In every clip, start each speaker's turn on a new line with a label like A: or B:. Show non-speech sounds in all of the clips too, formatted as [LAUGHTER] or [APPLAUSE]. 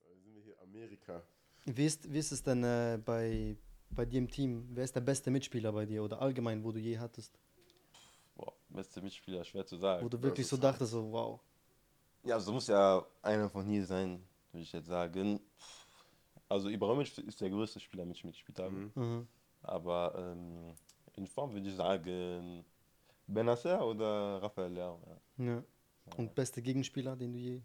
A: Äh, Amerika.
B: Wie ist, wie ist es denn äh, bei, bei dir im Team? Wer ist der beste Mitspieler bei dir oder allgemein, wo du je hattest?
C: Boah, beste Mitspieler, schwer zu sagen.
B: Wo du wirklich so dachtest,
C: halt
B: so wow.
C: Ja, also muss ja einer von hier sein, würde ich jetzt sagen. Also Ibrahimovic ist der größte Spieler, mit dem ich mitgespielt habe.
B: Mhm.
C: Aber ähm, in Form würde ich sagen, Benacer oder Raphael Leao. Ja.
B: Ja. Und beste Gegenspieler, den du je.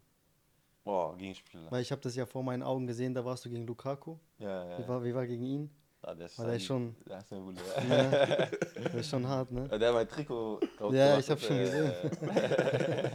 C: Boah, Gegenspieler.
B: Weil ich habe das ja vor meinen Augen gesehen, da warst du gegen Lukaku.
C: Ja, ja,
B: Wie
C: ja.
B: war, wie war gegen ihn?
C: Ah, der ist
B: Weil er
C: ein-
B: schon-
C: Der ist ein Bulle.
B: Ja. Das ist schon hart, ne?
C: [LAUGHS] Ja, Der hat mein
B: [LAUGHS]
C: Trikot drauf
B: Ja,
C: gemacht,
B: ich hab
C: das,
B: schon
C: äh,
B: gesehen.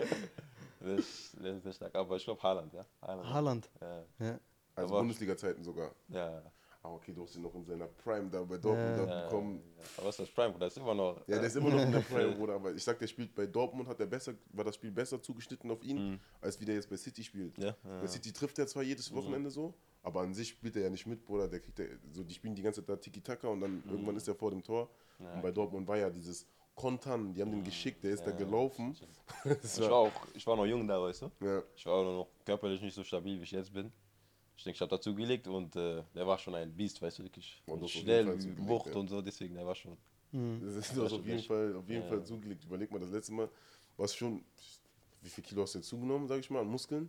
C: [LAUGHS] der, ist, der ist sehr stark. Aber ich glaube Haaland, ja. Haaland.
B: Haaland.
C: Ja,
B: Ja.
A: Also
C: Aber-
A: Bundesliga-Zeiten sogar.
C: ja, ja.
A: Ah, okay, du hast ihn noch in seiner Prime da bei Dortmund
C: ja.
A: da bekommen.
C: Aber ist das Prime, Bruder? Das ist immer noch. äh,
A: Ja, der ist immer noch
C: [LAUGHS]
A: in der Prime, Bruder. Aber ich sag, der spielt bei Dortmund, hat der besser, war das Spiel besser zugeschnitten auf ihn, als wie der jetzt bei City spielt.
C: Mhm. Ja, ja. Mhm.
A: Bei City trifft er zwar jedes Wochenende so, aber an sich spielt er ja nicht mit, Bruder. Der kriegt ja, so, die spielen die ganze Zeit da Tiki-Taka und
C: Mhm.
A: dann irgendwann ist er vor dem Tor. Und bei Dortmund war ja dieses Kontern, die haben den geschickt, der ist da gelaufen. [LAUGHS] Das
C: Ich war
A: war,
C: auch, ich war noch jung da, weißt du?
A: ja.
C: Ich war auch noch körperlich nicht so stabil, wie ich jetzt bin. Ich denke, ich habe dazu gelegt und äh, der war schon ein Biest, weißt du, wirklich.
A: Und
C: Und
A: das auf jeden
C: schnell,
A: Fall zugelegt,
C: Wucht
A: ja.
C: und so, deswegen, der war schon.
A: Das ist das auf jeden,
C: nicht.
A: Fall, auf jeden Fall zugelegt. Überleg mal, das letzte Mal warst du schon, wie viel Kilo hast du jetzt zugenommen, sag ich mal, an Muskeln?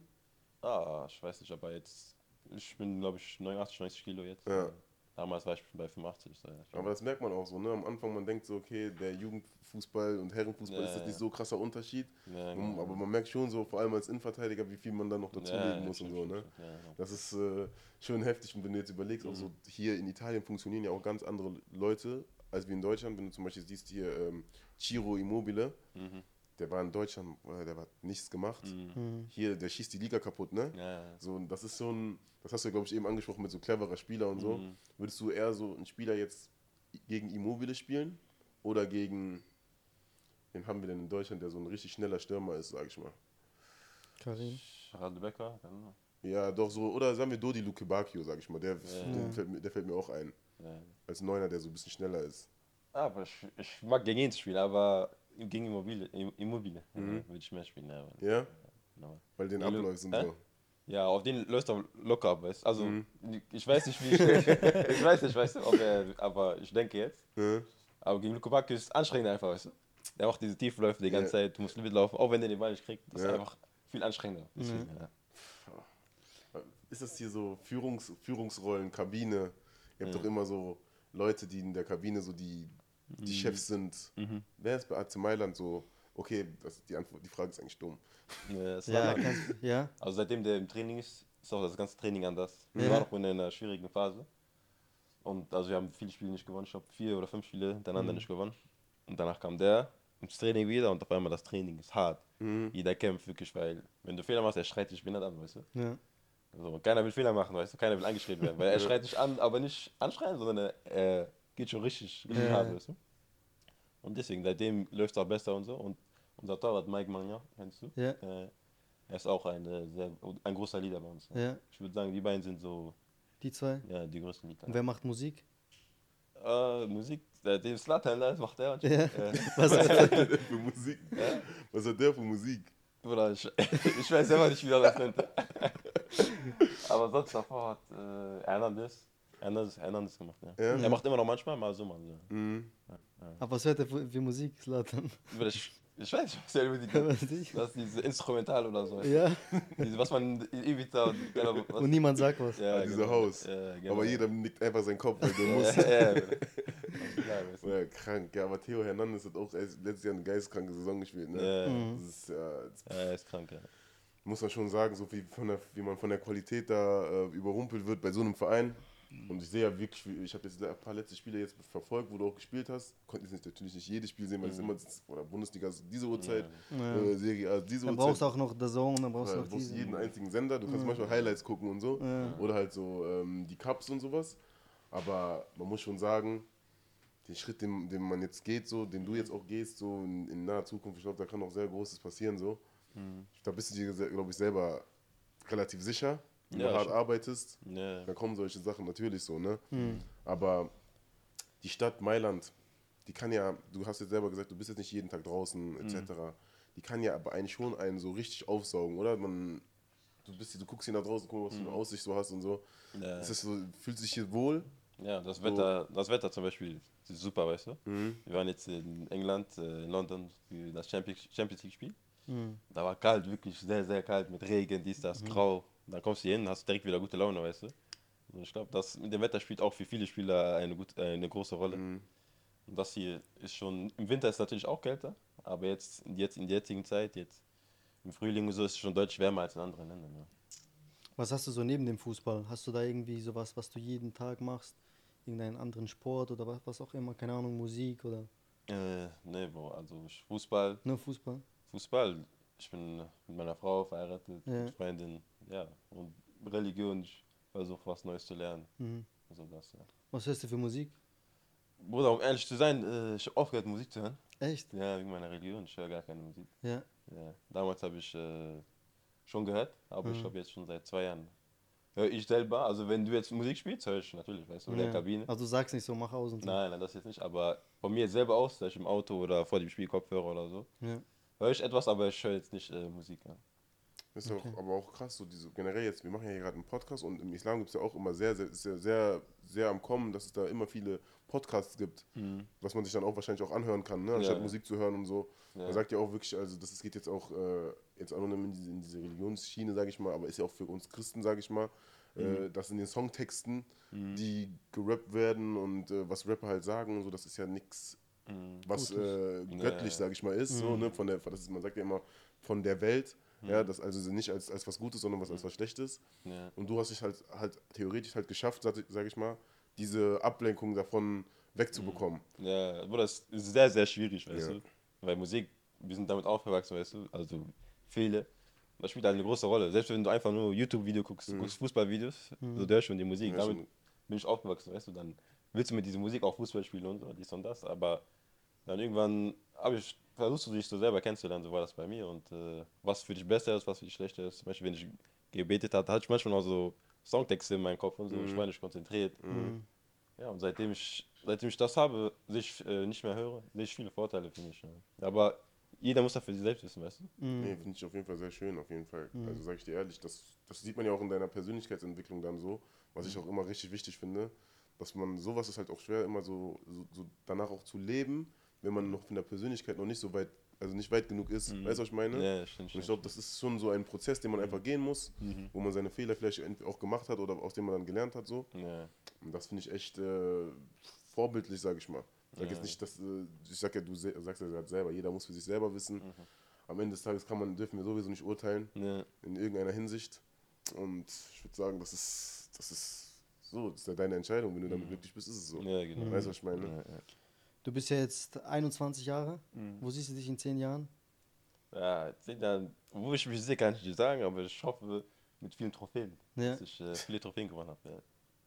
C: Ah, ich weiß nicht, aber jetzt. Ich bin, glaube ich, 89, 90 Kilo jetzt.
A: Ja.
C: Damals war ich bei 85. So, ja.
A: Aber das merkt man auch so, ne? Am Anfang, man denkt so, okay, der Jugendfußball und Herrenfußball
C: Ja,
A: ist jetzt
C: ja.
A: nicht so krasser Unterschied. Man-
C: Ja, genau.
A: Aber man merkt schon so, vor allem als Innenverteidiger, wie viel man da noch dazulegen
C: Ja, ja,
A: muss und
C: stimmt,
A: so, ne?
C: stimmt, stimmt. Ja, genau. Mhm. ja.
A: Das ist äh, schon heftig. Und wenn du jetzt überlegst, auch so hier in Italien funktionieren ja auch ganz andere Leute als wir in Deutschland. Wenn du zum Beispiel siehst hier ähm, Ciro Immobile,
C: Mhm.
A: der war in Deutschland, äh, der hat nichts gemacht. Hier, der schießt die Liga kaputt, ne?
C: Ja, ja.
A: So, und das ist so ein, das hast du, glaube ich, eben angesprochen mit so cleverer Spieler und so.
C: Mhm.
A: Würdest du eher so einen Spieler jetzt gegen Immobile spielen oder gegen, den haben wir denn in Deutschland, der so ein richtig schneller Stürmer ist, sag ich mal.
B: Karim.
C: Harald Becker, genau.
A: Ja, doch so, oder sagen wir Dodi Luke Bakio, sag ich mal, der, der, fällt, mir- der fällt mir auch ein.
C: Ja.
A: Als Neuner, der so ein bisschen schneller ist.
C: Ah, Aber ich, ich mag gegen ihn spielen, aber gegen Immobile, Im- Immobile ja, würde ich mehr spielen. Ja, Mann.
A: Mhm. Ja?
C: Genau.
A: Weil den
C: Ja, Lu-
A: abläuft und
C: Hä?
A: so.
C: ja auf den löst er locker ab, weißt du. Also,
A: Mhm.
C: ich weiß nicht, wie ich. [LAUGHS] ich weiß nicht, weißt du, ob er, aber ich denke jetzt.
A: Ja?
C: Aber gegen Luka Bakio ist es anstrengend einfach, weißt du. Der macht diese Tiefläufe die ganze
A: Ja.
C: Zeit, du musst mitlaufen, auch wenn er den Ball nicht kriegt. Das
A: Ja. Mhm.
C: ist einfach viel anstrengender. Deswegen, ja.
A: Ist das hier so Führungs Führungsrollen, Kabine? Ihr habt doch immer so Leute, die in der Kabine so die,
C: Mhm.
A: die Chefs sind. Wer ist bei AC Mailand so? Okay, das, die, Antwort, die Frage ist eigentlich
C: [LAUGHS]
A: dumm.
C: Ja, das
B: Ja,
C: war-
B: kannst, ja.
C: Also seitdem der im Training ist, ist auch das ganze Training anders.
B: Ja.
C: Wir waren auch in einer schwierigen Phase. Und also wir haben viele Spiele nicht gewonnen. Ich glaube vier oder fünf Spiele
B: Mhm.
C: hintereinander nicht gewonnen. Und danach kam der ins Training wieder und auf einmal das Training ist hart.
B: Mhm.
C: Jeder kämpft wirklich, weil wenn du Fehler machst, er schreit dich behindert an, weißt du.
B: ja.
C: Also keiner will Fehler machen, weißt du. Keiner will angeschrien
B: [LAUGHS]
C: werden, weil er schreit dich an, aber nicht anschreien, sondern er geht schon richtig, richtig
B: Ja.
C: hart, weißt du. Und deswegen, seitdem läuft es auch besser und so. Und unser Torwart Mike Magna, kennst du?
B: Ja.
C: Äh, er ist auch ein, äh, sehr, ein großer Leader bei uns.
B: Ja.
C: Ich würde sagen, die beiden sind so
B: Die zwei.
C: ja, die größten Leader.
B: Und wer macht Musik?
C: Äh, Musik, äh, den Slatan, das macht er.
B: Ja.
C: Äh, [LAUGHS]
B: Was [LAUGHS] ist das?
A: Was hat der [LAUGHS] für Musik? Was hat der für Musik?
C: Bruder, ich, [LAUGHS] ich weiß selber nicht, wie er
A: [LAUGHS]
C: das nennt. Aber sonst davor hat äh, Hernandez, Hernandez, Hernandez gemacht. Ja.
A: Ja?
C: Er macht immer noch manchmal mal so, mal so.
A: Mhm.
B: Aber was hört er für, für Musik, [LAUGHS] Slatan?
C: Bruder, Ich, ich weiß nicht, was er über die
B: Weiß ich.
C: Das ist diese Instrumental oder so.
B: Ja.
C: Diese, was man in Ibiza und, keine Ahnung, was,
B: Und niemand sagt was.
C: ja,
A: Ah, dieser Haus.
C: Ja, genau.
A: Aber jeder nickt einfach seinen Kopf, weil
C: [LAUGHS]
A: der [LAUGHS] muss.
C: Ja, ja, Bruder. Das ist klar, weißt du.
A: Ja, krank. Ja, aber Theo Hernandez hat auch erst letztes Jahr eine geisteskranke Saison gespielt. Ne?
C: Ja.
A: Das ist, ja, das
C: Ja, er ist krank, ja.
A: muss man schon sagen, so wie, von der, wie man von der Qualität da äh, überrumpelt wird bei so einem Verein. Und ich sehe ja wirklich, wie- ich habe jetzt ein paar letzte Spiele jetzt verfolgt, wo du auch gespielt hast. Konnte jetzt nicht, natürlich nicht jedes Spiel sehen, weil es immer oder Bundesliga ist diese Uhrzeit, äh, Serie A diese
B: Dann brauchst du
A: Uhrzeit.
B: auch noch The Zone, dann brauchst
A: Ja,
B: du
A: Du
B: noch
A: brauchst
B: diesen.
A: jeden einzigen Sender, du kannst manchmal Highlights gucken und so. Oder halt so ähm, die Cups und sowas. Aber man muss schon sagen, den Schritt, den, den man jetzt geht, so, den du jetzt auch gehst, so in, in naher Zukunft, ich glaube, da kann noch sehr Großes passieren. So.
B: Mhm.
A: Da bist du dir, glaube ich, selber relativ sicher, wenn
C: Ja,
A: du hart
C: schon. Mhm.
A: arbeitest.
C: Ja. Hm.
A: Da kommen solche Sachen natürlich so, ne? Aber die Stadt Mailand, die kann ja, du hast jetzt selber gesagt, du bist jetzt nicht jeden
C: Hm.
A: Tag draußen, etc. Die kann ja aber einen schon einen so richtig aufsaugen, oder? Man, du, bist hier, du guckst hier nach draußen, guck, mal, was für eine Aussicht du hast und so.
C: Hm. Ja,
A: Es ist so, fühlt sich hier wohl.
C: ja das, Wetter, das Wetter zum Beispiel ist super, weißt du? Wir waren jetzt in England, äh, in London, für das Champions Champions League-Spiel. Da war kalt, wirklich sehr, sehr kalt, mit Regen, dies, das, grau. Dann kommst du hier hin, hast direkt wieder gute Laune, weißt du? Und ich glaube, das mit dem Wetter spielt auch für viele Spieler eine, gut, äh, eine große Rolle. Und das hier ist schon, im Winter ist natürlich auch kälter, aber jetzt, jetzt in der jetzigen Zeit, jetzt im Frühling und so, ist es schon deutlich wärmer als in anderen Ländern. Ja.
B: Was hast du so neben dem Fußball? Hast du da irgendwie sowas, was du jeden Tag machst? Irgendeinen anderen Sport oder was, was auch immer? Keine Ahnung, Musik oder
C: Äh, nee, Bro, also ich- Fußball,
B: nur Fußball?
C: Fußball. Ich bin mit meiner Frau verheiratet,
B: Ja.
C: mit Freundin, ja. Und Religion, ich versuche was Neues zu lernen.
B: Mhm.
C: Also das, ja.
B: Was hörst du für Musik?
C: Bruder, um ehrlich zu sein, äh, ich habe aufgehört, Musik zu hören.
B: Echt?
C: Ja, wegen meiner Religion, ich höre gar keine Musik.
B: Ja.
C: Ja. Damals habe ich äh, schon gehört, aber
B: Mhm.
C: ich habe jetzt schon seit zwei Jahren. Höre ich selber, also wenn du jetzt Musik spielst, höre ich natürlich, weißt du, in
B: ja.
C: der Kabine.
B: Also du sagst nicht so, mach aus und so.
C: Nein, nein, das jetzt nicht, aber von mir selber aus, sei ich im Auto oder vor dem Spiel Kopfhörer oder so.
B: Ja.
C: Höre ich etwas, aber ich höre jetzt nicht äh, Musik an.
A: Das ist ja auch, aber auch krass, so diese generell jetzt, wir machen ja hier gerade einen Podcast und im Islam gibt es ja auch immer sehr, sehr, ist ja sehr, sehr am Kommen, dass es da immer viele Podcasts gibt, was man sich dann auch wahrscheinlich auch anhören kann, ne? anstatt
C: Mhm. ja.
A: Musik zu hören und so.
C: Ja.
A: Man sagt ja auch wirklich, also das es geht jetzt auch äh, jetzt auch noch in diese, in diese Religionsschiene, sage ich mal, aber ist ja auch für uns Christen, sage ich mal,
C: Mhm.
A: äh, dass in den Songtexten, die gerappt werden und äh, was Rapper halt sagen und so, das ist ja nichts
C: Mhm.
A: was äh, göttlich, sage ich mal, ist. So, ne? von der, von- das ist, man sagt ja immer von der Welt. Ja, das also sie nicht als, als was Gutes, sondern was als was Schlechtes.
C: Mhm. Ja.
A: Und du hast dich halt, halt theoretisch halt geschafft, sage sag ich mal, diese Ablenkung davon wegzubekommen.
C: Ja, Bruder, das ist sehr, sehr schwierig, weißt
A: Ja.
C: du? Weil Musik, wir sind damit aufgewachsen, weißt du? Also viele. Das spielt halt eine große Rolle. Selbst wenn du einfach nur YouTube-Video guckst, du guckst Fußballvideos, so du hörst schon die Musik.
A: Mhm. Ja,
C: damit
A: schon.
C: bin ich aufgewachsen, weißt du? Dann willst du mit dieser Musik auch Fußball spielen und so, dies und das. Aber dann irgendwann habe ich versuchst du dich so selber kennenzulernen, so war das bei mir. Und äh, was für dich besser ist, was für dich schlechter ist. Zum Beispiel, wenn ich gebetet hatte, hatte ich manchmal auch so Songtexte in meinem Kopf und so.
A: Mhm.
C: Ich war nicht konzentriert. Ja, und seitdem ich, seitdem ich das habe, sehe ich äh, nicht mehr höre, sehe ich viele Vorteile für mich. Ja. Aber jeder muss das für sich selbst wissen, weißt du?
A: Nee, finde ich auf jeden Fall sehr schön, auf jeden Fall.
C: Mhm.
A: Also sage ich dir ehrlich, das, das sieht man ja auch in deiner Persönlichkeitsentwicklung dann so, was
C: Mhm.
A: ich auch immer richtig wichtig finde, dass man sowas ist halt auch schwer, immer so, so, so danach auch zu leben, wenn man noch von der Persönlichkeit noch nicht so weit, also nicht weit genug ist. Weißt du, was ich meine?
C: Mhm. Ja, stimmt,
A: Und ich
C: stimmt.
A: glaube, das ist schon so ein Prozess, den man einfach gehen muss,
C: Mhm.
A: wo man seine Fehler vielleicht ent- auch gemacht hat oder aus dem man dann gelernt hat. So.
C: Ja.
A: Und das finde ich echt äh, vorbildlich, sage ich mal. Sag
C: Ja.
A: jetzt nicht, dass, äh, ich sag ja, du se- sagst ja gerade selber, jeder muss für sich selber wissen.
C: Mhm.
A: Am Ende des Tages kann man, dürfen wir sowieso nicht urteilen,
C: Ja.
A: in irgendeiner Hinsicht. Und ich würde sagen, das ist, das ist so, das ist ja deine Entscheidung. Wenn du damit glücklich bist, ist es so.
C: Mhm. Ja, genau.
A: Weißt du, was ich meine?
C: Ja, ja.
B: Du bist ja jetzt 21 Jahre.
C: Mhm.
B: Wo siehst du dich in 10 Jahren?
C: Ja, zehn Jahren, wo ich mich sehe, kann ich nicht sagen, aber ich hoffe mit vielen Trophäen,
B: Ja.
C: dass ich äh, viele Trophäen gewonnen habe. Ja.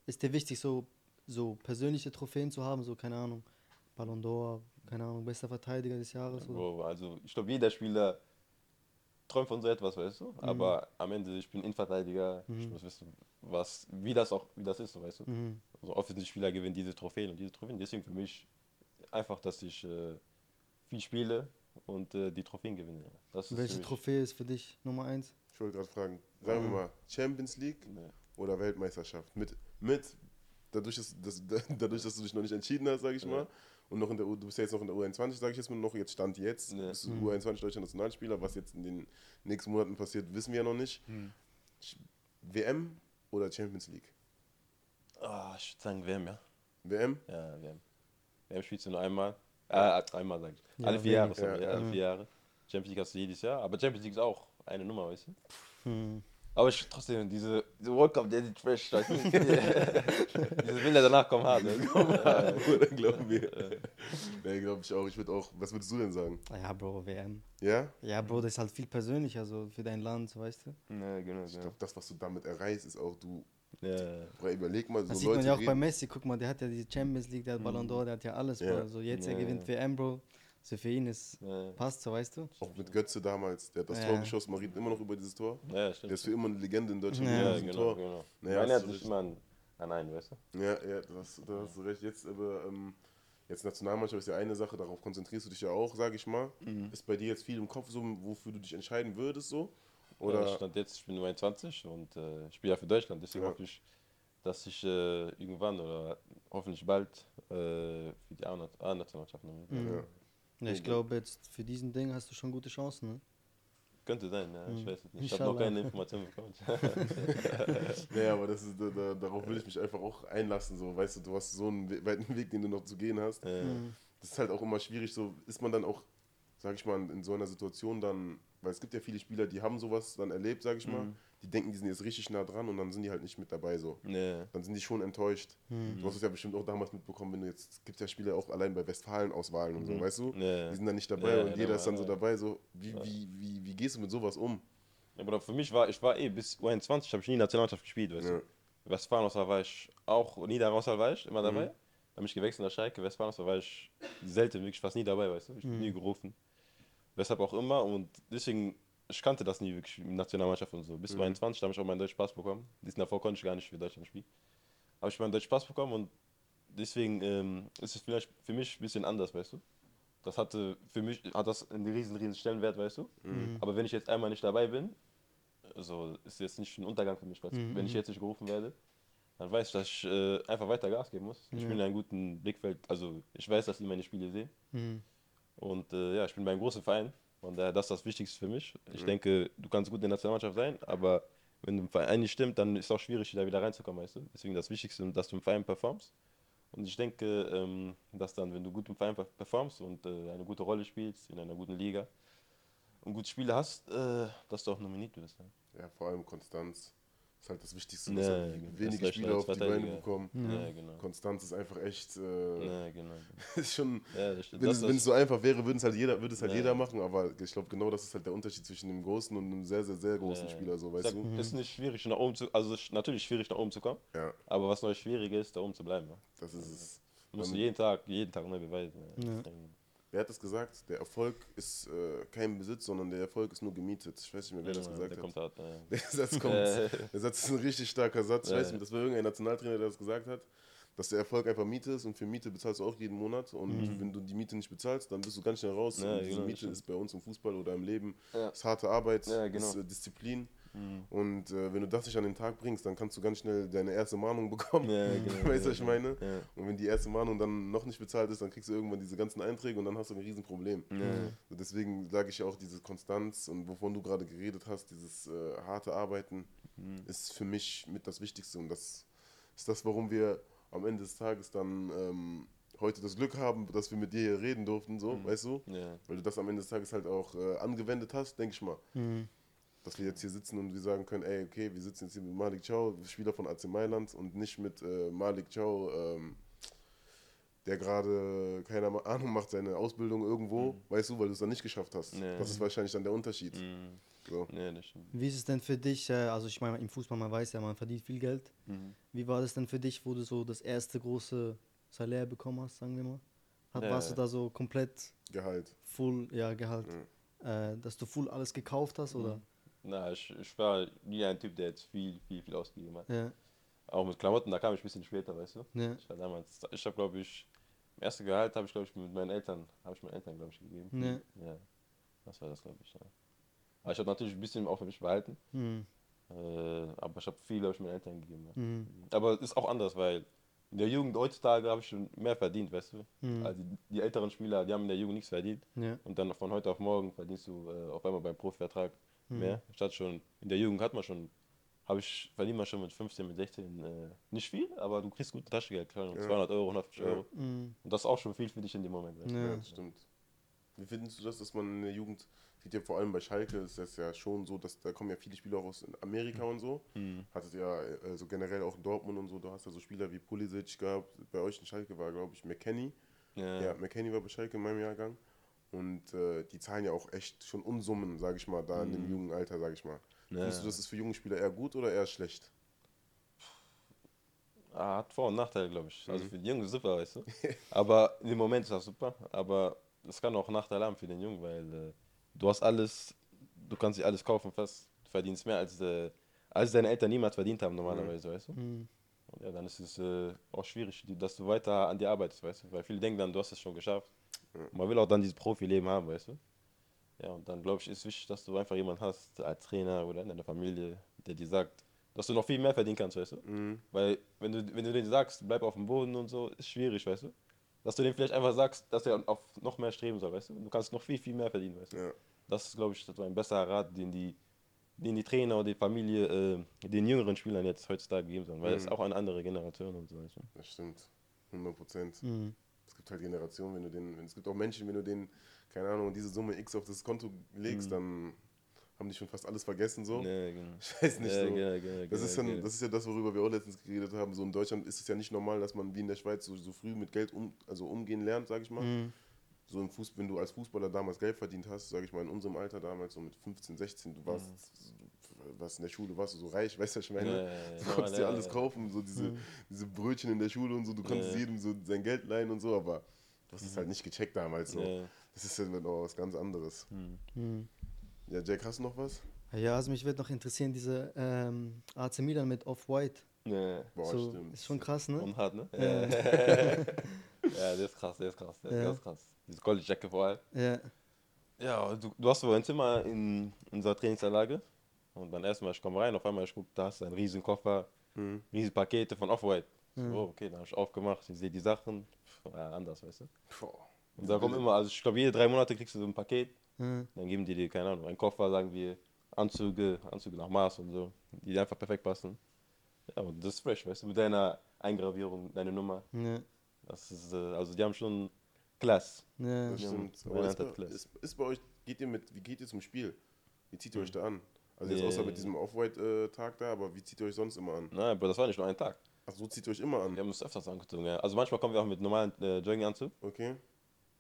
B: Ist dir wichtig, so, so persönliche Trophäen zu haben? So, keine Ahnung, Ballon d'Or, keine Ahnung, bester Verteidiger des Jahres? Oder?
C: Bro, also ich glaube, jeder Spieler träumt von so etwas, weißt du? Aber am Ende, ich bin Innenverteidiger, ich muss wissen, was, wie das auch, wie das ist, so, weißt du? Also Offensivspieler gewinnen diese Trophäen und diese Trophäen. Deswegen für mich einfach, dass ich äh, viel spiele und äh, die Trophäen gewinne. ja. Das ist für
B: Welche
C: mich,
B: Trophäe ist für dich Nummer 1?
A: Ich wollte gerade fragen, sagen
B: Mhm.
A: wir mal, Champions League
C: Nee.
A: oder Weltmeisterschaft? Mit, mit dadurch, dass, dass, [LAUGHS] dadurch, dass du dich noch nicht entschieden hast, sage ich mal, und noch in der U, du bist ja jetzt noch in der U21, sage ich jetzt mal, noch jetzt Stand jetzt,
C: Ja.
A: bist du
B: Mhm.
A: U21 deutscher Nationalspieler, was jetzt in den nächsten Monaten passiert, wissen wir ja noch nicht.
B: Mhm.
A: Sch- WM oder Champions League?
C: Ah, ich würde sagen WM, ja.
A: WM?
C: Ja, WM. WM spielst du nur einmal. Äh, einmal sag ich.
B: Ja,
C: alle vier Jahre,
B: wenig.
C: sorry.
A: Ja,
C: alle vier Jahre. Champions League hast du jedes Jahr, aber Champions League ist auch eine Nummer, weißt du? Aber ich trotzdem, diese, diese World Cup, der sieht fresh, [LAUGHS] weißt du? diese Bilder danach kommen hart.
A: [LAUGHS]
C: Weißt
A: Oder glauben wir? nee, glaube ich auch. Ich würde auch, was würdest du denn sagen?
B: Ah Ja, Bro, WM.
A: Ja?
B: Ja, Bro, das ist halt viel persönlicher so für dein Land, weißt du?
C: du? ja, genau,
A: Ich
C: genau.
A: glaube, das, was du damit erreichst, ist auch, du,
C: Ja,
A: überleg mal, so
B: Das sieht
A: Leute
B: man ja auch bei
A: reden-
B: Messi. Guck mal, der hat ja die Champions League, der hat Ballon d'Or, der hat ja alles,
A: Ja.
B: Bro. So jetzt, er
C: Ja,
B: gewinnt WM, Bro. So für ihn ist,
C: ja,
B: passt so, weißt du?
A: Auch mit Götze damals, der hat das
B: Ja.
A: Tor geschossen, man redet immer noch über dieses Tor.
C: ja,
A: Der
C: stimmt.
A: ist für immer eine Legende in Deutschland.
B: Ja,
A: mit
C: Ja,
A: diesem
C: genau,
A: Tor.
C: genau.
A: Naja, hast
C: Meiner hat
A: du
C: sich
A: recht.
C: immer an, an einen, weißt du?
A: Ja, ja, da hast, da hast du recht. Jetzt aber ähm, jetzt Nationalmannschaft ist ja eine Sache, darauf
B: Mhm.
A: konzentrierst du dich ja auch, sage ich mal. Ist bei dir jetzt viel im Kopf so, wofür du dich entscheiden würdest so? Oder
C: Ja, Stand jetzt, ich bin 29 und äh, ich spiele ja für Deutschland, deswegen
A: Ja.
C: hoffe ich, dass ich äh, irgendwann oder hoffentlich bald äh, für die A-Nat- A-Nationalmannschaft nominiert werde.
A: ja.
B: Ja, ich glaube, jetzt für diesen Ding hast du schon gute Chancen. Ne?
C: Könnte sein, ja, ich weiß es nicht. Ich habe
B: Inshallah.
C: noch keine Informationen bekommen. [LAUGHS]
A: Naja, aber das ist, da, da, darauf will ich mich einfach auch einlassen. So, weißt du, du hast so einen we- weiten Weg, den du noch zu gehen hast.
C: Äh,
A: Das ist halt auch immer schwierig. So ist man dann auch, sag ich mal, in in so einer Situation dann, weil es gibt ja viele Spieler, die haben sowas dann erlebt, sag ich
C: Mhm.
A: mal. Die denken, die sind jetzt richtig nah dran und dann sind die halt nicht mit dabei. So.
C: nee.
A: Dann sind die schon enttäuscht.
C: Mhm.
A: Du hast es ja bestimmt auch damals mitbekommen, wenn du jetzt, es gibt ja Spieler auch allein bei Westfalen-Auswahlen und so, weißt du?
C: Mhm. Ja.
A: Die sind dann nicht dabei
C: Ja,
A: und
C: ja,
A: jeder
C: da
A: ist dann
C: war-
A: so dabei. So, wie, wie, wie, wie gehst du mit sowas um?
C: Ja, Bruder, für mich war, ich war eh bis U21, habe ich nie in der Nationalmannschaft gespielt, weißt
A: Ja.
C: du. Westfalen-Auswahl war ich auch, nie da raus war ich, immer dabei. Dann bin ich gewechselt nach Schalke, Westfalen-Auswahl war ich selten, wirklich fast nie dabei, weißt du. Ich bin nie gerufen. Weshalb auch immer und deswegen, ich kannte das nie wirklich, mit Nationalmannschaft und so. Bis U21, da habe ich auch meinen deutschen Pass bekommen. Diesen davor konnte ich gar nicht für Deutschland spielen. Habe ich meinen deutschen Pass bekommen und deswegen ähm, ist es vielleicht für mich ein bisschen anders, weißt du. Das hatte, für mich hat das einen riesen, riesen Stellenwert, weißt du. Aber wenn ich jetzt einmal nicht dabei bin, also ist jetzt nicht ein Untergang für mich, weil wenn ich jetzt nicht gerufen werde, dann weiß ich, dass ich äh, einfach weiter Gas geben muss. Ich bin in einem guten Blickfeld, also ich weiß, dass die meine Spiele sehen. Und äh, ja, ich bin bei einem großen Verein und daher das ist das Wichtigste für mich. Ich denke, du kannst gut in der Nationalmannschaft sein, aber wenn du im Verein nicht stimmt, dann ist es auch schwierig, da wieder reinzukommen, weißt du. Deswegen das Wichtigste, dass du im Verein performst. Und ich denke, ähm, dass dann, wenn du gut im Verein per- performst und äh, eine gute Rolle spielst in einer guten Liga und gute Spiele hast, äh, dass du auch nominiert wirst. Ne?
A: Ja, vor allem Konstanz ist halt das Wichtigste,
C: Ja,
A: was
C: ja,
A: halt
C: genau.
A: wenige
C: Das ist
A: Spieler auf die
C: Verteidiger.
A: Beine bekommen.
C: Ja, genau.
A: Konstanz ist einfach echt, äh,
C: Ja, genau.
A: [LAUGHS] ist schon,
C: Ja, das stimmt.
A: wenn,
C: Das-
A: es,
C: das-
A: wenn es so einfach wäre, würde es halt jeder, würde es halt
C: Ja.
A: jeder machen, aber ich glaube genau das ist halt der Unterschied zwischen einem großen und einem sehr, sehr, sehr großen
C: Ja.
A: Spieler, so
C: Äh, Ich
A: weißt
C: sag,
A: du?
C: Es ist nicht schwierig, nach oben zu Also, es ist natürlich schwierig, nach oben zu kommen.
A: Ja,
C: Aber was noch schwieriger ist, da oben zu bleiben. Ja.
A: das ist es.
C: Du musst
A: Dann-
C: jeden Tag, jeden Tag neu beweisen. Ja. Deswegen-
A: Wer hat das gesagt? Der Erfolg ist äh, kein Besitz, sondern der Erfolg ist nur gemietet. Ich weiß nicht mehr, wer das
C: Ja,
A: gesagt
C: der
A: hat.
C: kommt halt, hart. Ja.
A: [LAUGHS] Der Satz kommt.
C: Äh.
A: Der Satz ist ein richtig starker Satz. Ich
C: Ja.
A: weiß nicht, das war irgendein Nationaltrainer, der das gesagt hat, dass der Erfolg einfach Miete ist und für Miete bezahlst du auch jeden Monat. Und wenn du die Miete nicht bezahlst, dann bist du ganz schnell raus.
C: Ja,
A: und diese
C: genau, das
A: Miete
C: stimmt.
A: ist bei uns im Fußball oder im Leben.
C: Ja.
A: Ist harte Arbeit,
C: Ja, genau.
A: ist äh, Disziplin. Und äh, wenn du das nicht an den Tag bringst, dann kannst du ganz schnell deine erste Mahnung bekommen. [LAUGHS]
C: Ja, genau,
A: weißt du,
C: ja,
A: was ich meine?
C: ja.
A: Und wenn die erste Mahnung dann noch nicht bezahlt ist, dann kriegst du irgendwann diese ganzen Einträge und dann hast du ein Riesenproblem. So, deswegen sage ich ja auch, diese Konstanz und wovon du gerade geredet hast, dieses äh, harte Arbeiten
C: Mhm.
A: ist für mich mit das Wichtigste und das ist das, warum wir am Ende des Tages dann ähm, heute das Glück haben, dass wir mit dir hier reden durften, so, weißt du?
C: Mhm. Ja.
A: Weil du das am Ende des Tages halt auch äh, angewendet hast, denke ich mal. Dass wir jetzt hier sitzen und wir sagen können, ey, okay, wir sitzen jetzt hier mit Malik Chow, Spieler von AC Mailand und nicht mit äh, Malik Chow, ähm, der gerade, keine Ahnung, macht seine Ausbildung irgendwo, weißt du, weil du es dann nicht geschafft hast.
C: Ja.
A: Das ist wahrscheinlich dann der Unterschied. So.
C: Ja, das stimmt.
B: Wie ist es denn für dich? äh, Also ich meine, im Fußball, man weiß ja, man verdient viel Geld. Wie war das denn für dich, wo du so das erste große Salär bekommen hast, sagen wir mal? Hat,
C: Ja,
B: warst
C: ja.
B: du da so komplett
A: Gehalt.
B: full, ja, Gehalt? Äh, dass du full alles gekauft hast, oder?
C: Na, ich, ich war nie ein Typ, der jetzt viel, viel, viel ausgegeben hat.
B: Ja.
C: Auch mit Klamotten, da kam ich ein bisschen später, weißt du?
B: Ja.
C: Ich war damals, ich habe glaube ich, im ersten Gehalt habe ich glaube ich mit meinen Eltern, habe ich meinen Eltern glaube ich gegeben.
B: Ja.
C: ja. Das war das glaube ich, ja. Aber ich habe natürlich ein bisschen auch für mich behalten.
B: Mhm.
C: Äh, aber ich habe viel, glaube ich, meinen Eltern gegeben. Ja. Aber es ist auch anders, weil in der Jugend heutzutage habe ich schon mehr verdient, weißt du? Also die älteren Spieler, die haben in der Jugend nichts verdient.
B: Ja.
C: Und dann von heute auf morgen verdienst du äh, auf einmal beim Profivertrag mehr. Statt schon, in der Jugend hat man schon, habe ich, verdient man schon mit 15, mit 16 äh, nicht viel, aber du kriegst gute Taschengeld, keine Ahnung, 200 Euro, 150 Euro. Und das ist auch schon viel für dich in dem Moment. Weißt du?
A: Ja, das stimmt. Wie findest du das, dass man in der Jugend, sieht ja vor allem bei Schalke, ist das ja schon so, dass da kommen ja viele Spieler auch aus Amerika und so. Hattet ja äh, so generell auch in Dortmund und so, du hast ja so Spieler wie Pulisic gehabt, bei euch in Schalke war, glaube ich, McKenny.
C: Ja.
A: Ja, McKenny war bei Schalke in meinem Jahrgang. Und äh, die zahlen ja auch echt schon Unsummen, sage ich mal, da in dem jungen Alter, sage ich mal. Findest du, das ist für junge Spieler eher gut oder eher schlecht?
C: Ah, hat Vor- und Nachteile, glaube ich. Also für den Jungen super, weißt du. Aber im Moment ist das super. Aber es kann auch Nachteile haben für den Jungen, weil äh, du hast alles, du kannst dir alles kaufen fast. Du verdienst mehr, als, äh, als deine Eltern niemals verdient haben normalerweise, weißt du. Und ja, dann ist es äh, auch schwierig, die- dass du weiter an dir arbeitest, weißt du. Weil viele denken dann, du hast es schon geschafft. Man will auch dann dieses Profileben haben, weißt du. Ja, und dann glaube ich, ist wichtig, dass du einfach jemanden hast als Trainer oder in deiner Familie, der dir sagt, dass du noch viel mehr verdienen kannst, weißt du?
A: Mhm.
C: Weil wenn du, wenn du denen sagst, bleib auf dem Boden und so, ist schwierig, weißt du? Dass du denen vielleicht einfach sagst, dass er auf noch mehr streben soll, weißt du? Du kannst noch viel, viel mehr verdienen, weißt du?
A: Ja.
C: Das ist, glaube ich, das war ein besserer Rat, den die, den die Trainer und die Familie äh, den jüngeren Spielern jetzt heutzutage geben sollen, weil es
A: Mhm.
C: auch eine andere Generation und so weißt du?
A: Das stimmt. 100 Prozent. Es gibt halt Generationen, wenn du den, wenn- es gibt auch Menschen, wenn du denen, keine Ahnung, diese Summe X auf das Konto legst, dann haben die schon fast alles vergessen so.
C: Ja, genau.
A: Ich weiß nicht
C: Ja,
A: so.
C: genau, genau,
A: das, ist
C: genau,
A: dann,
C: genau.
A: das ist ja das, worüber wir auch letztens geredet haben. So in Deutschland ist es ja nicht normal, dass man wie in der Schweiz so, so früh mit Geld um, also umgehen lernt, sag ich mal.
C: Mhm.
A: So im Fuß, wenn du als Fußballer damals Geld verdient hast, sag ich mal, in unserem Alter damals, so mit 15, 16,
C: Mhm.
A: du warst, du warst in der Schule, warst du so reich, [LAUGHS] weißt du, was ich meine?
C: Ja, ja, ja,
A: du
C: normal,
A: konntest dir
C: ja,
A: alles
C: ja. Mhm.
A: kaufen, so diese, diese Brötchen in der Schule und so, du konntest
C: Ja. Mhm.
A: jedem so sein Geld leihen und so, aber du hast es halt nicht gecheckt damals. So.
C: Ja. Mhm.
A: Das ist ja dann auch was ganz anderes. Ja, Jack, hast du noch was?
B: Ja, also mich würde noch interessieren, diese ähm, AC Milan mit Off-White.
C: Ja.
A: Boah,
B: so,
A: stimmt.
B: Ist schon krass, ne?
C: Und hart, ne? Ja. ja, der ist krass, der ist krass, der ist
B: Ja.
C: ganz krass. Diese College-Jacke vor allem.
B: Ja.
C: Ja, du, du hast so ein Zimmer in unserer Trainingsanlage. Und dann erstmal, ich komme rein, auf einmal, ich gucke, da ist ein riesen Koffer, riesen Pakete von Off-White. So, okay, dann habe ich aufgemacht, ich sehe die Sachen, Pff, ja, anders, weißt du.
A: Boah.
C: Und da kommt immer, also ich glaube, jede drei Monate kriegst du so ein Paket,
B: Ja.
C: dann geben die dir, keine Ahnung, einen Koffer, sagen wir, Anzüge, Anzüge nach Maß und so, die dir einfach perfekt passen. Ja, und das ist fresh, weißt du, mit deiner Eingravierung, deine Nummer.
B: Ja.
C: Das ist, äh, also die haben schon Class.
B: Ja.
A: Das
C: Ja,
A: stimmt.
C: Mann.
A: Aber
C: Ja,
A: ist,
C: das
A: bei,
C: klar.
A: ist, ist bei euch, geht ihr mit, wie geht ihr zum Spiel? Wie zieht ihr
C: Hm.
A: euch da an? Also jetzt
C: Ja,
A: außer
C: ja,
A: mit
C: ja.
A: diesem Off-White-Tag da, aber wie zieht ihr euch sonst immer an?
C: Nein, ne? aber das war nicht nur ein Tag.
A: Ach, so zieht ihr euch immer
C: Wir
A: an,
C: haben uns öfters angezogen, ja. Also manchmal kommen wir auch mit normalen äh, Jogginganzug.
A: okay?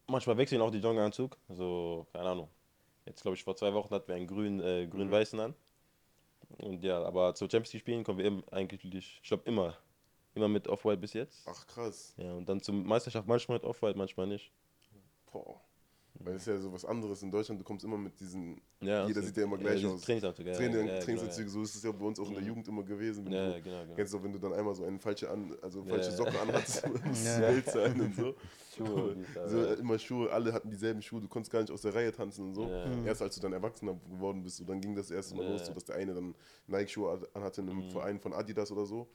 C: Manchmal wechseln auch die Jogginganzug. Also, keine Ahnung. Jetzt glaube ich, vor zwei Wochen hatten wir einen grün, äh,
A: Mhm.
C: grün-weißen an. Und ja, aber zu Champions League spielen kommen wir im, eigentlich, ich glaube immer. Immer mit Off-White bis jetzt.
A: Ach krass.
C: Ja, und dann zur Meisterschaft manchmal mit Off-White, manchmal nicht.
A: Boah.
C: Hm.
A: Weil das ist ja so was anderes in Deutschland, du kommst immer mit diesen,
C: Ja,
A: jeder
C: also-
A: sieht ja immer
C: ja,
A: gleich
C: diese
A: aus.
C: Trainingsanzüge, ja,
A: Training,
C: ja, genau, ja. Hm.
A: Trainingsanzüge, so ist es ja bei uns auch in der Jugend immer gewesen. wenn
C: Ja,
A: du-
C: ja, genau, genau.
A: Kennst du, wenn du dann einmal so eine falsche, an, also falsche
C: ja.
A: Socke
C: [LAUGHS]
A: anhattest, musst
B: Ja.
A: du wild sein und so. [LAUGHS]
C: Schuhe, dies, da,
A: so äh,
C: ja.
A: immer Schuhe, alle hatten dieselben Schuhe, du konntest gar nicht aus der Reihe tanzen und so.
C: Ja. Mhm.
A: Erst als du dann Erwachsener geworden bist, so, dann ging das erste Mal los, so, dass der eine dann Nike-Schuhe an- anhatte in
C: Mhm.
A: einem Verein von Adidas oder so.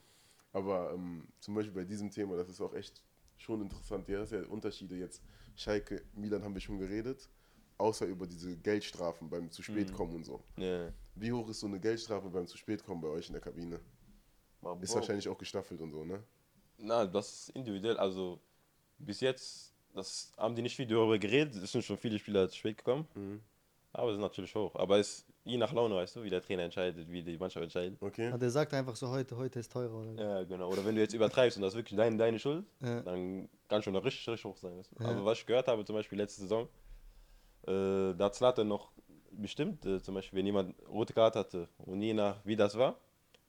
A: Aber ähm, zum Beispiel bei diesem Thema, das ist auch echt schon interessant. Ja, das sind ja Unterschiede jetzt. Schalke, Milan haben wir schon geredet, außer über diese Geldstrafen beim zu
C: Mhm.
A: spät kommen und so.
C: Ja.
A: Wie hoch ist so eine Geldstrafe beim zu spät kommen bei euch in der Kabine?
C: Aber
A: Ist
C: Bro,
A: wahrscheinlich auch gestaffelt und so, ne?
C: Na, das ist individuell. Also bis jetzt, das haben die nicht viel darüber geredet. Es sind schon viele Spieler zu spät gekommen.
B: Mhm.
C: Aber es ist natürlich hoch. Aber es ist je nach Laune, weißt du, wie der Trainer entscheidet, wie die Mannschaft entscheidet.
A: Okay.
B: Ah, der sagt einfach so, heute, heute ist teurer. Oder?
C: Ja, genau. Oder wenn du jetzt übertreibst und das ist wirklich dein, deine Schuld,
B: Ja.
C: dann kann schon noch richtig, richtig hoch sein. Weißt du?
B: Ja.
C: Aber was ich gehört habe, zum Beispiel letzte Saison, äh, da hat Zlatan noch bestimmt, äh, zum Beispiel, wenn jemand rote Karte hatte und je nach wie das war,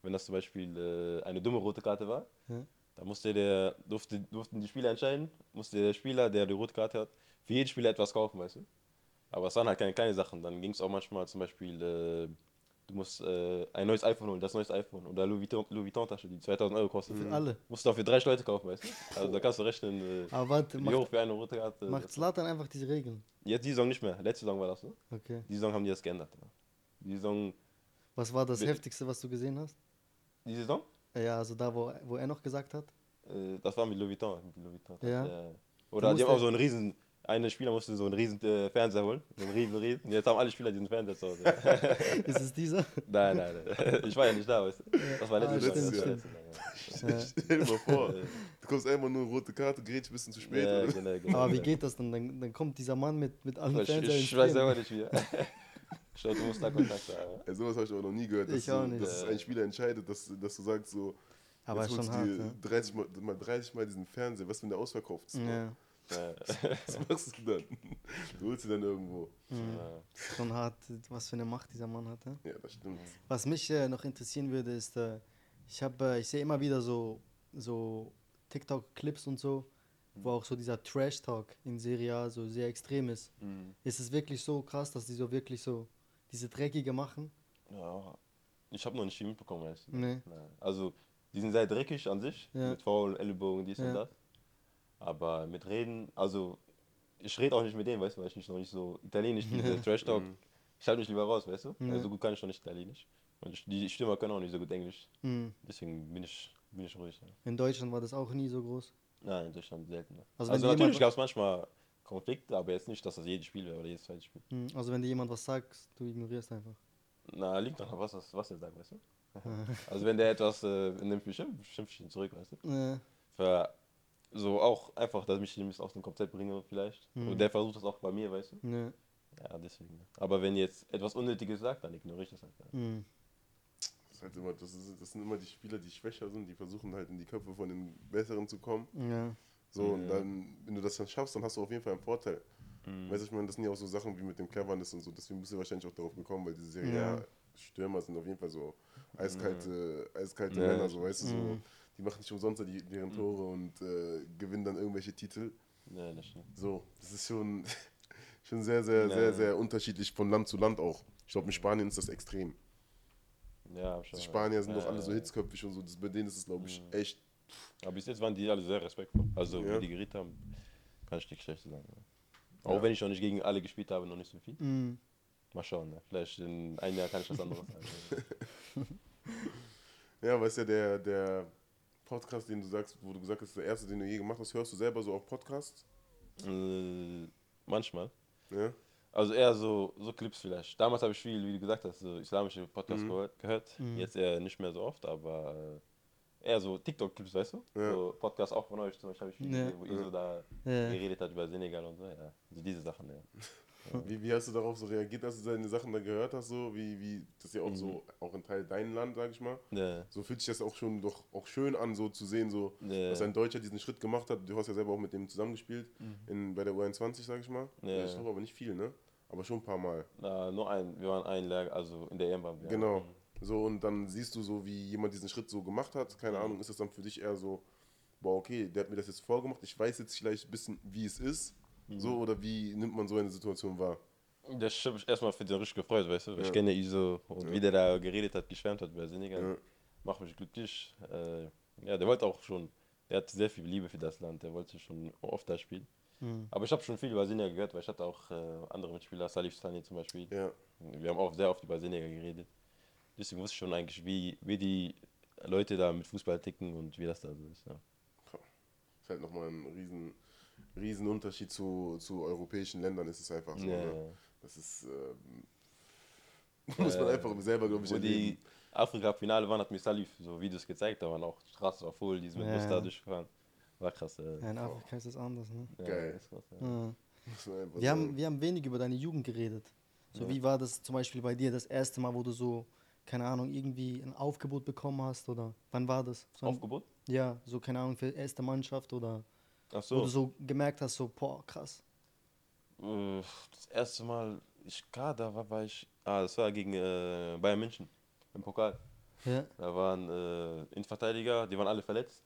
C: wenn das zum Beispiel äh, eine dumme rote Karte war,
B: Ja.
C: da musste der, durfte, durften die Spieler entscheiden, musste der Spieler, der die rote Karte hat, für jeden Spieler etwas kaufen, weißt du? Aber es waren halt keine kleinen Sachen. Dann ging es auch manchmal zum Beispiel, äh, du musst äh, ein neues iPhone holen, das neues iPhone oder Louis Vuitton, Louis Vuitton Tasche, die 2000 Euro kostet.
B: Für alle.
C: Musst du auch für 30 Leute kaufen, weißt du? Also da kannst du rechnen, äh,
B: Aber warte,
C: wie hoch
B: macht,
C: für eine rote Karte.
B: macht
C: das-
B: Zlatan einfach diese Regeln.
C: Jetzt die Saison nicht mehr. Letzte Saison war das, ne?
B: Okay.
C: Die Saison haben die das geändert. Ja. Die Saison.
B: Was war das
C: Wie-
B: Heftigste, was du gesehen hast?
C: Die Saison?
B: Ja, also da, wo, wo er noch gesagt hat.
C: Äh, das war mit Louis Vuitton. Mit Louis Vuitton äh,
B: Ja.
C: Oder die
B: musst
C: haben auch
B: ja-
C: so einen riesen. Eine Spieler musste so einen riesen äh, Fernseher holen. So einen riesen, riesen. Und jetzt haben alle Spieler diesen Fernseher
B: [LAUGHS]
C: zu Hause.
B: Ist es dieser? [LAUGHS]
C: nein, nein, nein. [LAUGHS] Ich war ja nicht da, weißt du? Das war
B: Ah,
C: letzte Saison.
A: stimmt,
C: das war
B: stimmt.
C: letzte
B: [LAUGHS]
C: Saison,
B: Ja.
A: Stell dir mal vor, du kommst einfach nur eine rote Karte, grätsch ein bisschen zu spät.
C: Ja,
A: oder?
C: genau, genau,
B: Aber wie
C: genau.
B: geht das denn? Dann, dann kommt dieser Mann mit, mit allen
C: Ich,
B: Fernsehern. ins
C: ich weiß
B: Spiel.
C: selber nicht wie. [LAUGHS] Ich glaube, du musst da Kontakt haben.
A: Ja, sowas habe ich auch noch nie gehört, dass,
B: Ich auch
A: du,
B: nicht.
A: dass es ein Spieler entscheidet, dass, dass du sagst so,
B: Aber ist
A: holst
B: schon
A: du
B: hart.
A: dir
B: Ne?
A: 30 mal, mal 30 Mal diesen Fernseher, was wenn der ausverkauft ist?
B: Ja,
C: Ja.
A: [LAUGHS] Was machst du dann? Du holst ihn dann irgendwo.
B: Hm.
C: Ja.
B: ist schon hart, was für eine Macht dieser Mann hat. Ne?
A: Ja, das stimmt.
B: Was mich äh, noch interessieren würde, ist, äh, ich habe, äh, ich sehe immer wieder so, so TikTok-Clips und so, wo auch so dieser Trash-Talk in Serie A so sehr extrem ist. Ist es wirklich so krass, dass die so wirklich so diese Dreckige machen?
C: Ja, ich habe noch nicht viel mitbekommen, ehrlich gesagt.
B: Nee.
C: Nein. Also, die sind sehr dreckig an sich,
B: Ja.
C: mit faulen Ellbogen, dies
B: Ja.
C: und das. Aber mit Reden, also, ich rede auch nicht mit denen, weißt du, weil ich nicht noch nicht so Italienisch
B: [LAUGHS]
C: diese Trash Talk. Ich halte mich lieber raus, weißt du?
B: Ja.
C: Also so gut kann ich noch nicht Italienisch. Und ich, die Stimmer können auch nicht so gut Englisch.
B: Mhm.
C: Deswegen bin ich, bin ich ruhig. Ja.
B: In Deutschland war das auch nie so groß.
C: Nein, in Deutschland selten. ne.
B: Also
C: Also,
B: wenn dir jemand-
C: natürlich gab es manchmal Konflikte, aber jetzt nicht, dass das jedes Spiel wäre oder jedes zweite Spiel.
B: Mhm. Also wenn dir jemand was sagt, du ignorierst einfach.
C: Na, liegt daran, was, das- was er sagt, weißt du?
B: [LAUGHS]
C: also wenn der etwas äh, in dem Spiel schimpft, schimpft ich ihn zurück, weißt du?
B: Äh,
C: Für, so auch einfach, dass ich mich ein bisschen aus dem Konzept bringe vielleicht.
B: Mhm.
C: Und der versucht das auch bei mir, weißt du?
B: ne.
C: Ja, deswegen. ne. Aber wenn jetzt etwas Unnötiges sagt, dann ignoriere ich das halt. Ja.
B: Mhm.
A: Das, ist halt immer, das, ist, das sind immer die Spieler, die schwächer sind, die versuchen halt in die Köpfe von den Besseren zu kommen.
B: Ja.
A: So, und
C: Ja.
A: dann, wenn du das dann schaffst, dann hast du auf jeden Fall einen Vorteil.
C: Mhm.
A: Weißt du, ich meine, das sind ja auch so Sachen wie mit dem Cleverness und so, deswegen bist du wahrscheinlich auch darauf gekommen, weil diese Serie
B: Ja.
A: A Stürmer sind auf jeden Fall so eiskalte, eiskalte
C: Mhm. Ja, Mhm.
A: Männer,
C: ja.
A: so, weißt du, so,
B: Mhm.
A: die machen nicht umsonst die, deren Tore und äh, gewinnen dann irgendwelche Titel.
C: Ja, das stimmt.
A: So, das ist schon, [LAUGHS] schon sehr, sehr,
C: Ja, ja.
A: sehr, sehr unterschiedlich von Land zu Land auch. Ich glaube, in Spanien ist das extrem.
C: Ja, Mhm. hab ich
A: Die
C: schon-
A: Spanier sind doch alle so
C: äh,
A: hitzköpfig und so, das, bei denen ist es, glaube ich, echt
C: Aber bis jetzt waren die alle sehr respektvoll. Also,
A: Ja.
C: wie die geredet haben, kann ich nichts Schlechtes sagen. Ja. Auch wenn ich noch nicht gegen alle gespielt habe, noch nicht so viel.
B: Mhm.
C: Mal schauen, ne? vielleicht in einem Jahr kann ich was anderes sagen.
A: [LAUGHS] Ja, weißt ja, der, der Podcast, den du sagst, wo du gesagt hast, der erste, den du je gemacht hast, hörst du selber so auf Podcasts?
C: äh, manchmal.
A: Ja?
C: Also eher so, so Clips vielleicht. Damals habe ich viel, wie du gesagt hast, so islamische Podcasts
A: Mhm.
C: gehört, gehört.
B: Mhm.
C: Jetzt eher nicht mehr so oft, aber äh, eher so TikTok-Clips, weißt du?
A: Ja.
C: So Podcasts auch von euch zum Beispiel habe ich viel,
B: Ja.
C: gesehen, wo ihr so da
B: Ja.
C: geredet habt über Senegal und so. Ja, so diese Sachen, ja.
A: Wie, wie hast du darauf so reagiert, als du deine Sachen da gehört hast? So, wie, wie, das ist ja auch so,
C: Mhm.
A: auch ein Teil dein Land, sag ich mal.
C: ja.
A: So fühlt sich das auch schon doch auch schön an, so zu sehen, so,
C: Ja.
A: dass ein Deutscher diesen Schritt gemacht hat. Du hast ja selber auch mit dem zusammengespielt in, bei der U21, sag ich mal.
C: Mhm. Ja.
A: Ich glaube aber nicht viel, ne? Aber schon ein paar Mal.
C: Na, nur ein, wir waren ein Lager, also in der EM waren wir.
A: Genau. So, und dann siehst du so, wie jemand diesen Schritt so gemacht hat. Keine
C: Mhm.
A: Ahnung, ist das dann für dich eher so, boah, okay, der hat mir das jetzt vorgemacht, ich weiß jetzt vielleicht ein bisschen, wie es ist.
C: Mhm.
A: So, oder wie nimmt man so eine Situation wahr?
C: Das stimmt, ich erstmal für den richtig gefreut, weißt du? weil Ich kenne Iso und wie der da geredet hat, geschwärmt hat bei Senegal.
A: Ja.
C: Macht mich glücklich. Äh, ja, der wollte auch schon, der hat sehr viel Liebe für das Land, der wollte schon oft da spielen.
B: Mhm.
C: Aber ich habe schon viel über Senegal gehört, weil ich hatte auch äh, andere Mitspieler, Salif Sani zum Beispiel.
A: Ja.
C: Wir haben auch sehr oft über Senegal geredet. Deswegen wusste ich schon eigentlich, wie, wie die Leute da mit Fußball ticken und wie das da so ist. Ja.
A: Ist halt nochmal ein riesen, riesen Unterschied zu, zu europäischen Ländern, ist es einfach so.
C: Ja,
A: ne?
C: ja.
A: Das ist, ähm, [LAUGHS] muss man einfach selber, glaube ich,
C: Äh, Wo die
A: erleben.
C: Afrika-Finale waren, hat mir Salif so Videos gezeigt, da waren auch Straßen war voll, die sind mit
B: Ja,
C: Bus
B: ja.
C: da durchgefahren. War krass. Äh,
B: Ja, in Afrika ist das anders, ne?
C: ja,
A: Geil.
C: ist krass, ja.
B: Ja.
A: Muss man einfach
B: Wir haben,
C: Also
A: sagen.
B: wir haben wenig über deine Jugend geredet. So, wie war das zum Beispiel bei dir das erste Mal, wo du so, keine Ahnung, irgendwie ein Aufgebot bekommen hast oder wann war das? So ein-
C: Aufgebot?
B: Ja, so, keine Ahnung, für erste Mannschaft oder
C: Ach
B: wo
C: so.
B: du so gemerkt hast, so, boah, krass.
C: Äh, Das erste Mal, ich Kader war, war ich. Ah, das war gegen äh, Bayern München im Pokal.
B: Ja,
C: Da waren äh, Innenverteidiger, die waren alle verletzt.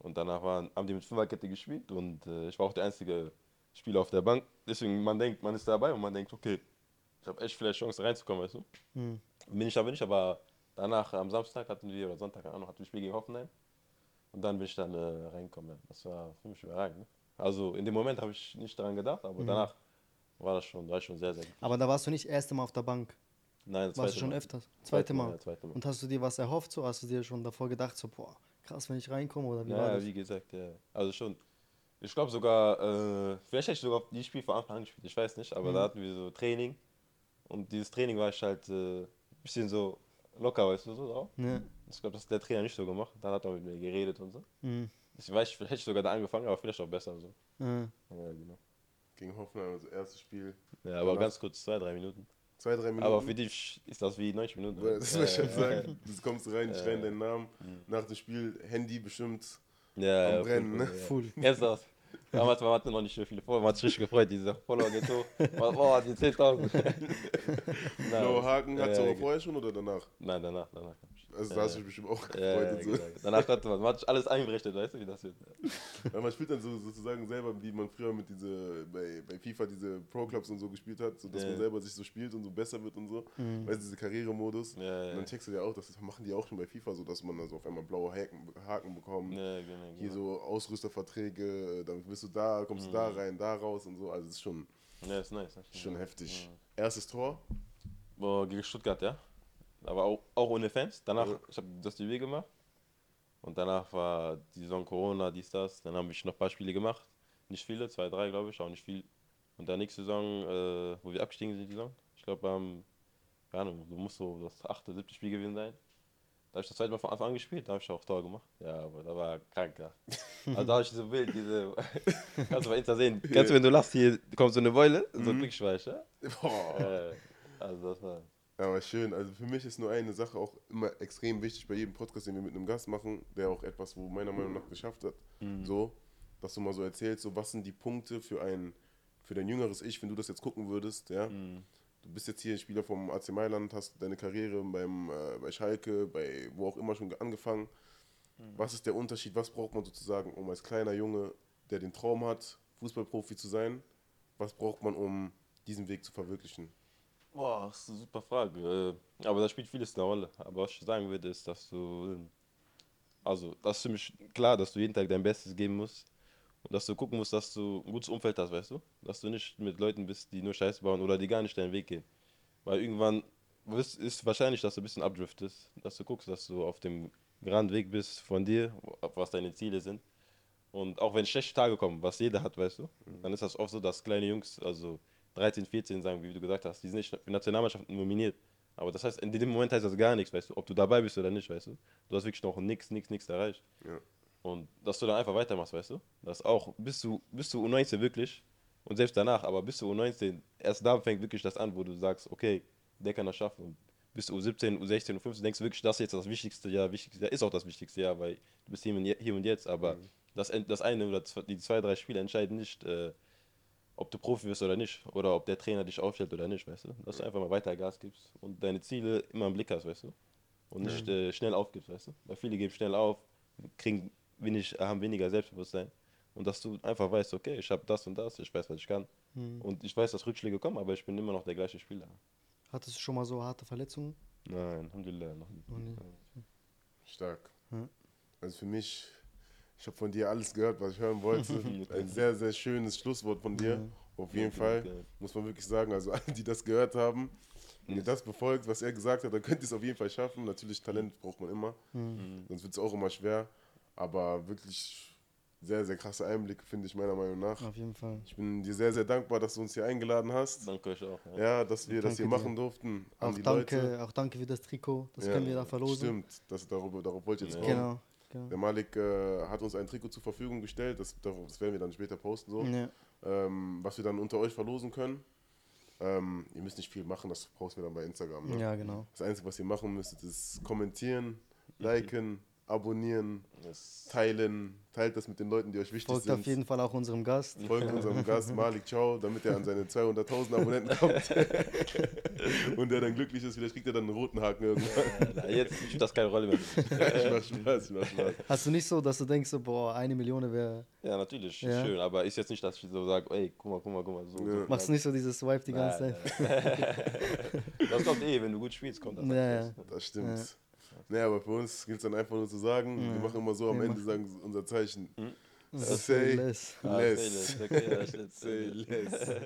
C: Und danach waren, haben die mit Fünferkette gespielt und äh, ich war auch der einzige Spieler auf der Bank. Deswegen, man denkt, man ist dabei und man denkt, okay, ich habe echt vielleicht Chance reinzukommen, weißt du?
B: Mhm.
C: Bin ich da, bin ich, aber danach am Samstag hatten wir, oder Sonntag, keine Ahnung, hatten wir ein Spiel gegen Hoffenheim. Und dann bin ich dann äh, reingekommen. ja. Das war für mich überragend. Ne? Also in dem Moment habe ich nicht daran gedacht,
B: Hm.
C: aber danach war das schon, war ich schon sehr, sehr gut.
B: aber da warst du nicht erste Mal auf der Bank.
C: Nein,
B: Warst
C: das zweite
B: du schon
C: Mal.
B: öfters? Zweite Mal.
C: Ja, zweite Mal.
B: Und hast du dir was erhofft? So hast du dir schon davor gedacht, so, boah, krass, wenn ich reinkomme oder wie
C: Ja,
B: war
C: ja,
B: das?
C: wie gesagt, ja. Also schon. Ich glaube sogar, äh, vielleicht hätte ich sogar die Spiel von Anfang an gespielt, ich weiß nicht, aber da hatten wir so Training. Und dieses Training war ich halt äh, ein bisschen so locker, weißt du, so auch.
B: Ne?
C: Ich glaube, das hat der Trainer nicht so gemacht. Dann hat er mit mir geredet und so.
B: Mhm.
C: Ich weiß, vielleicht hätte ich sogar da angefangen, aber vielleicht auch besser so.
B: Ja.
C: Ja, genau.
A: Gegen Hoffenheim, also erstes Spiel.
C: Ja, aber
A: Danach-
C: ganz kurz, zwei, drei Minuten.
A: Zwei, drei Minuten.
C: Aber für dich ist das wie 90 Minuten.
A: Weil, Äh, [LAUGHS]
C: oder?
A: Das wollte ich
C: Ja,
A: schon sagen. Du kommst rein, ich
C: Äh,
A: rein deinen Namen. Nach dem Spiel, Handy bestimmt.
C: Ja,
A: Am
C: ja,
A: Brennen, ne?
B: Full.
C: Kennst du das? Damals waren hatten noch nicht so viele Follower, man hat sich richtig gefreut, diese Follower geht hoch. Man- Boah, die 10.000. Nein,
A: Blauer Haken,
C: ja,
A: hat es aber
C: ja,
A: vorher schon oder danach?
C: Nein, danach, danach. glaub ich.
A: Also da hast du dich bestimmt auch
C: Ja, ja,
A: gefreut. und so.
C: genau. Danach hat man, man hat alles eingerechnet, weißt du, wie das wird.
A: Weil man spielt dann so, sozusagen selber, wie man früher mit diese, bei, bei FIFA diese Pro-Clubs und so gespielt hat, so dass
C: Ja. Mhm.
A: man selber sich so spielt und so besser wird und so. Weißt du, diese Karrieremodus.
C: Ja, ja.
A: Und dann checkst du ja auch, das machen die auch schon bei FIFA so, dass man also auf einmal blaue Haken, Haken bekommt.
C: Ja, genau.
A: Hier
C: genau.
A: so Ausrüsterverträge, dann bist du da, kommst du da rein, da raus und so. Also es ist schon,
C: Ja, ist nice. ist
A: schon
C: nice.
A: heftig. Erstes Tor,
C: Boah, gegen Stuttgart, ja. Aber auch, auch ohne Fans. Danach,
A: Ja.
C: ich habe das DW gemacht. Und danach war die Saison Corona, dies, das. Dann habe ich noch ein paar Spiele gemacht. Nicht viele, zwei, drei, glaube ich, auch nicht viel. Und dann nächste Saison, äh, wo wir abgestiegen sind, die Saison. Ich glaube, ähm, keine Ahnung, du musst so das achte, siebte Spiel gewesen sein. Da habe ich das zweite Mal von Anfang an gespielt, da habe ich auch Tor gemacht. Ja, aber da war krank, ja. Also da habe ich so ein Bild, diese. [LAUGHS] Kannst du bei Insta sehen. Kannst du, wenn du lachst, hier kommt so eine Beule, so ein Glücksschweich, ja?
A: Boah.
C: Äh, also das war.
A: Aber schön. Also für mich ist nur eine Sache auch immer extrem wichtig bei jedem Podcast, den wir mit einem Gast machen, der auch etwas, wo meiner Meinung nach geschafft hat. So, dass du mal so erzählst, so was sind die Punkte für ein, für dein jüngeres Ich, wenn du das jetzt gucken würdest, ja. Du bist jetzt hier Spieler vom AC Mailand, hast deine Karriere beim, äh, bei Schalke, bei wo auch immer schon ge- angefangen. Was ist der Unterschied? Was braucht man sozusagen, um als kleiner Junge, der den Traum hat, Fußballprofi zu sein, was braucht man, um diesen Weg zu verwirklichen?
C: Boah, das ist eine super Frage. Äh, Aber da spielt vieles eine Rolle. Aber was ich sagen würde, ist, dass du. ähm, Also, das ist für mich klar, dass du jeden Tag dein Bestes geben musst. Und dass du gucken musst, dass du ein gutes Umfeld hast, weißt du? Dass du nicht mit Leuten bist, die nur Scheiße bauen oder die gar nicht deinen Weg gehen. Weil irgendwann wirst- ist wahrscheinlich, dass du ein bisschen abdriftest. Dass du guckst, dass du auf dem geraden Weg bist von dir, was deine Ziele sind. Und auch wenn schlechte Tage kommen, was jeder hat, weißt du, dann ist das oft so, dass kleine Jungs, also 13, 14 sagen, wie du gesagt hast, die sind nicht für Nationalmannschaften nominiert. Aber das heißt, in dem Moment heißt das gar nichts, weißt du, ob du dabei bist oder nicht, weißt du. Du hast wirklich noch nichts, nichts, nichts erreicht.
A: Ja.
C: Und dass du dann einfach weitermachst, weißt du? Das auch. Bist du, bist du U19 wirklich? Und selbst danach, aber bist du U19, erst da fängt wirklich das an, wo du sagst, okay, der kann das schaffen. Und bist du U17, U16, U15, denkst du wirklich, das ist jetzt das wichtigste Jahr, wichtigste Jahr, ist auch das wichtigste Jahr, weil du bist hier und, je- hier und jetzt, aber das, en- das eine oder zwe- die zwei, drei Spiele entscheiden nicht, äh, ob du Profi wirst oder nicht, oder ob der Trainer dich aufstellt oder nicht, weißt du? Dass du einfach mal weiter Gas gibst und deine Ziele immer im Blick hast, weißt du? und nicht äh, schnell aufgibst, weißt du? Weil viele geben schnell auf, kriegen wenig, haben weniger Selbstbewusstsein. Und dass du einfach weißt, okay, ich habe das und das, ich weiß, was ich kann.
B: Hm.
C: Und ich weiß, dass Rückschläge kommen, aber ich bin immer noch der gleiche Spieler.
B: Hattest du schon mal so harte Verletzungen?
C: Nein, Alhamdulillah. Noch nie.
A: Stark.
B: Ja.
A: Also für mich, ich habe von dir alles gehört, was ich hören wollte. Ein sehr, sehr schönes Schlusswort von dir. Auf jeden
C: Danke,
A: Fall
C: danke.
A: muss man wirklich sagen, also alle, die das gehört haben, wenn ihr das befolgt, was er gesagt hat, dann könnt ihr es auf jeden Fall schaffen. Natürlich, Talent braucht man immer, sonst wird es auch immer schwer. Aber wirklich sehr, sehr krasse Einblicke, finde ich meiner Meinung nach.
B: Auf jeden Fall.
A: Ich bin dir sehr, sehr dankbar, dass du uns hier eingeladen hast.
C: Danke euch auch. Ja.
A: Ja, dass wir das
B: Danke
A: hier
B: dir.
A: machen durften.
B: Auch danke, auch danke für das Trikot. Das
A: Ja,
B: können wir da verlosen.
A: Stimmt, das, darüber, darauf wollte ich jetzt kommen.
B: Genau. genau.
A: Der Malik äh, hat uns ein Trikot zur Verfügung gestellt, das, darum- das werden wir dann später posten, so,
B: Ja.
A: ähm, was wir dann unter euch verlosen können. Ähm, ihr müsst nicht viel machen, das posten wir dann bei Instagram. Ne?
B: ja, Mhm. genau.
A: Das Einzige, was ihr machen müsstet, ist kommentieren, liken, abonnieren,
C: Das,
A: teilen. Teilt das mit den Leuten, die euch wichtig
B: Folgt auf
A: sind.
B: jeden Fall auch unserem Gast.
A: Folgt unserem Gast Malik Ciao, damit er an seine 200.000 Abonnenten
B: [LAUGHS]
A: kommt. Und der dann glücklich ist, vielleicht kriegt er dann einen roten Haken irgendwann.
C: na, äh, jetzt spielt das keine Rolle
B: [LAUGHS]
C: mehr.
A: ich mach Spaß, ich mach Spaß.
B: Hast du nicht so, dass du denkst, so, boah, eine Million wäre.
C: Ja, natürlich,
B: Ja.
C: schön, aber ist jetzt nicht, dass ich so sage, ey, guck mal, guck mal, guck mal. So, so
A: Ja.
B: Machst du nicht so dieses Swipe die ganze
C: Nein,
B: Zeit?
C: nein. [LAUGHS] Das kommt eh, wenn du gut spielst, kommt das. halt ne?
B: Ja, ja.
A: Das stimmt. Naja, aber für uns gilt es dann einfach nur zu sagen, wir machen immer so, am
B: Wir
A: Ende sagen sie unser Zeichen.
B: Das ist
A: Hm. Say
B: less.
C: Ah,
A: Less.
C: Less. Okay, das ist jetzt- äh,
A: Say less.